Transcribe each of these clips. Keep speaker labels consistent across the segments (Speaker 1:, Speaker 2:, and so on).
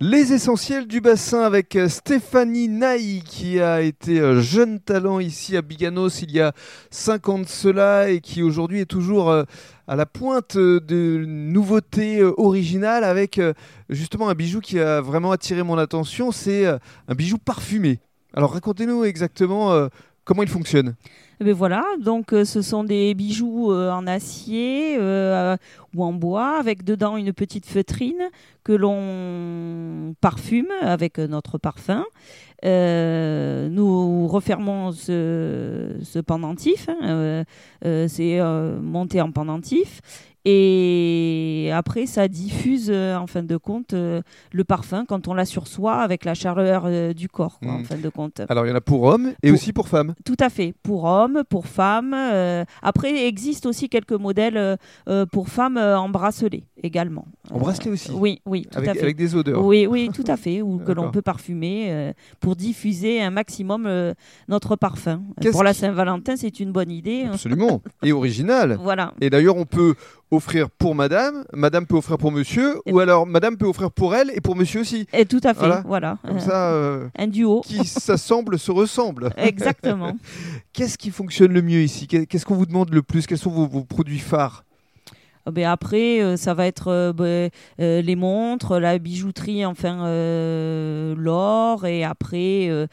Speaker 1: Les essentiels du bassin avec euh, Stéphanie Naï qui a été euh, jeune talent ici à Biganos il y a 5 ans de cela et qui aujourd'hui est toujours euh, à la pointe euh, de nouveautés euh, originales avec euh, justement un bijou qui a vraiment attiré mon attention, c'est euh, un bijou parfumé. Alors racontez-nous exactement euh, comment il fonctionne.
Speaker 2: Mais Eh ben voilà, donc euh, ce sont des bijoux euh, en acier euh, ou en bois avec dedans une petite feutrine que l'on parfume avec euh, notre parfum. Euh, nous refermons ce, ce pendentif, hein, c'est euh, monté en pendentif et après, ça diffuse euh, en fin de compte euh, le parfum quand on l'a sur soi avec la chaleur euh, du corps, quoi, mmh. en fin de compte.
Speaker 1: Alors il y en a pour hommes et pour... aussi pour femmes.
Speaker 2: Tout à fait, pour hommes, pour femmes. euh, Après, il existe aussi quelques modèles euh, pour femmes euh, en bracelet également.
Speaker 1: En bracelet aussi
Speaker 2: Oui, oui, tout
Speaker 1: avec,
Speaker 2: à fait.
Speaker 1: Avec des odeurs
Speaker 2: Oui, oui, tout à fait, ou que l'on peut parfumer euh, pour diffuser un maximum euh, notre parfum. Euh, Pour la Saint-Valentin, c'est une bonne idée. hein.
Speaker 1: Absolument, et original.
Speaker 2: Voilà.
Speaker 1: Et d'ailleurs, on peut offrir pour madame, madame peut offrir pour monsieur, et ou alors madame peut offrir pour elle et pour monsieur aussi.
Speaker 2: Et tout à fait, voilà. voilà.
Speaker 1: Comme ça, euh,
Speaker 2: un duo.
Speaker 1: Qui s'assemble se ressemble.
Speaker 2: Exactement.
Speaker 1: Qu'est-ce qui fonctionne le mieux ici Qu'est-ce qu'on vous demande le plus Quels sont vos, vos produits phares
Speaker 2: mais après, euh, ça va être euh, bah, euh, les montres, la bijouterie, enfin euh, l'or, et après euh,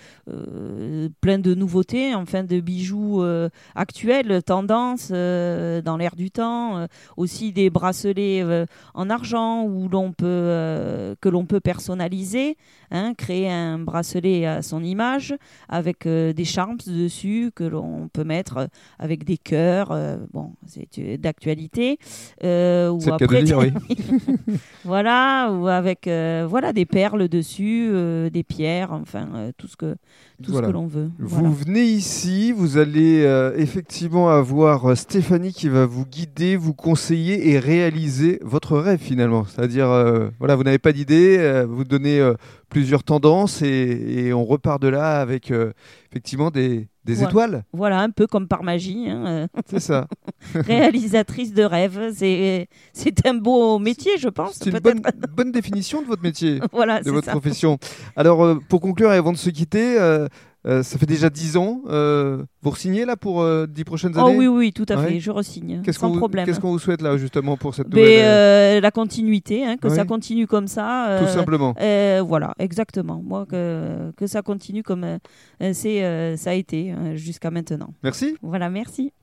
Speaker 2: plein de nouveautés, enfin de bijoux euh, actuels, tendances euh, dans l'air du temps, euh, aussi des bracelets euh, en argent où l'on peut euh, que l'on peut personnaliser, hein, créer un bracelet à son image avec euh, des charms dessus que l'on peut mettre euh, avec des cœurs. euh, bon, c'est d'actualité.
Speaker 1: Euh, ou après, dire, oui.
Speaker 2: voilà, ou avec euh, voilà des perles dessus, euh, des pierres, enfin euh, tout ce que tout voilà. ce que l'on veut.
Speaker 1: Voilà. Vous venez ici, vous allez euh, effectivement avoir euh, Stéphanie qui va vous guider, vous conseiller et réaliser votre rêve finalement. C'est-à-dire euh, voilà, vous n'avez pas d'idée, euh, vous donnez plusieurs tendances et, et, on repart de là avec euh, effectivement des des
Speaker 2: voilà.
Speaker 1: étoiles.
Speaker 2: Voilà, un peu comme par magie. Hein.
Speaker 1: C'est ça.
Speaker 2: Réalisatrice de rêve, c'est un beau métier, je pense.
Speaker 1: C'est une bonne, bonne, définition de votre métier,
Speaker 2: voilà,
Speaker 1: de votre
Speaker 2: ça.
Speaker 1: profession. Alors, euh, pour conclure et avant de se quitter, euh, euh, ça fait déjà 10 ans. euh, vous re-signez là pour 10 prochaines années
Speaker 2: Oh oui, oui, tout à ouais. fait, je re-signe.
Speaker 1: Qu'est-ce
Speaker 2: sans
Speaker 1: qu'on
Speaker 2: problème. Ben,
Speaker 1: Qu'est-ce qu'on vous souhaite là justement pour cette
Speaker 2: Mais euh,
Speaker 1: nouvelle euh,
Speaker 2: La continuité, hein, que ouais. ça continue comme ça. euh,
Speaker 1: tout simplement.
Speaker 2: voilà, exactement. Moi, que, euh, que ça continue comme c'est, ça a euh, été jusqu'à maintenant.
Speaker 1: Merci.
Speaker 2: Voilà, merci.